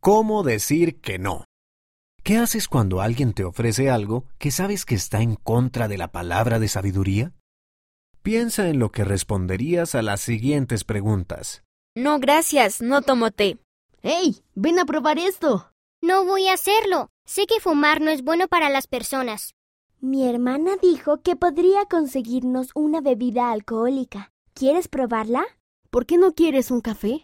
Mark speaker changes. Speaker 1: ¿Cómo decir que no? ¿Qué haces cuando alguien te ofrece algo que sabes que está en contra de la palabra de sabiduría? Piensa en lo que responderías a las siguientes preguntas.
Speaker 2: No, gracias, no tomo té.
Speaker 3: ¡Hey! ¡Ven a probar esto!
Speaker 4: No voy a hacerlo. Sé que fumar no es bueno para las personas.
Speaker 5: Mi hermana dijo que podría conseguirnos una bebida alcohólica. ¿Quieres probarla?
Speaker 3: ¿Por qué no quieres un café?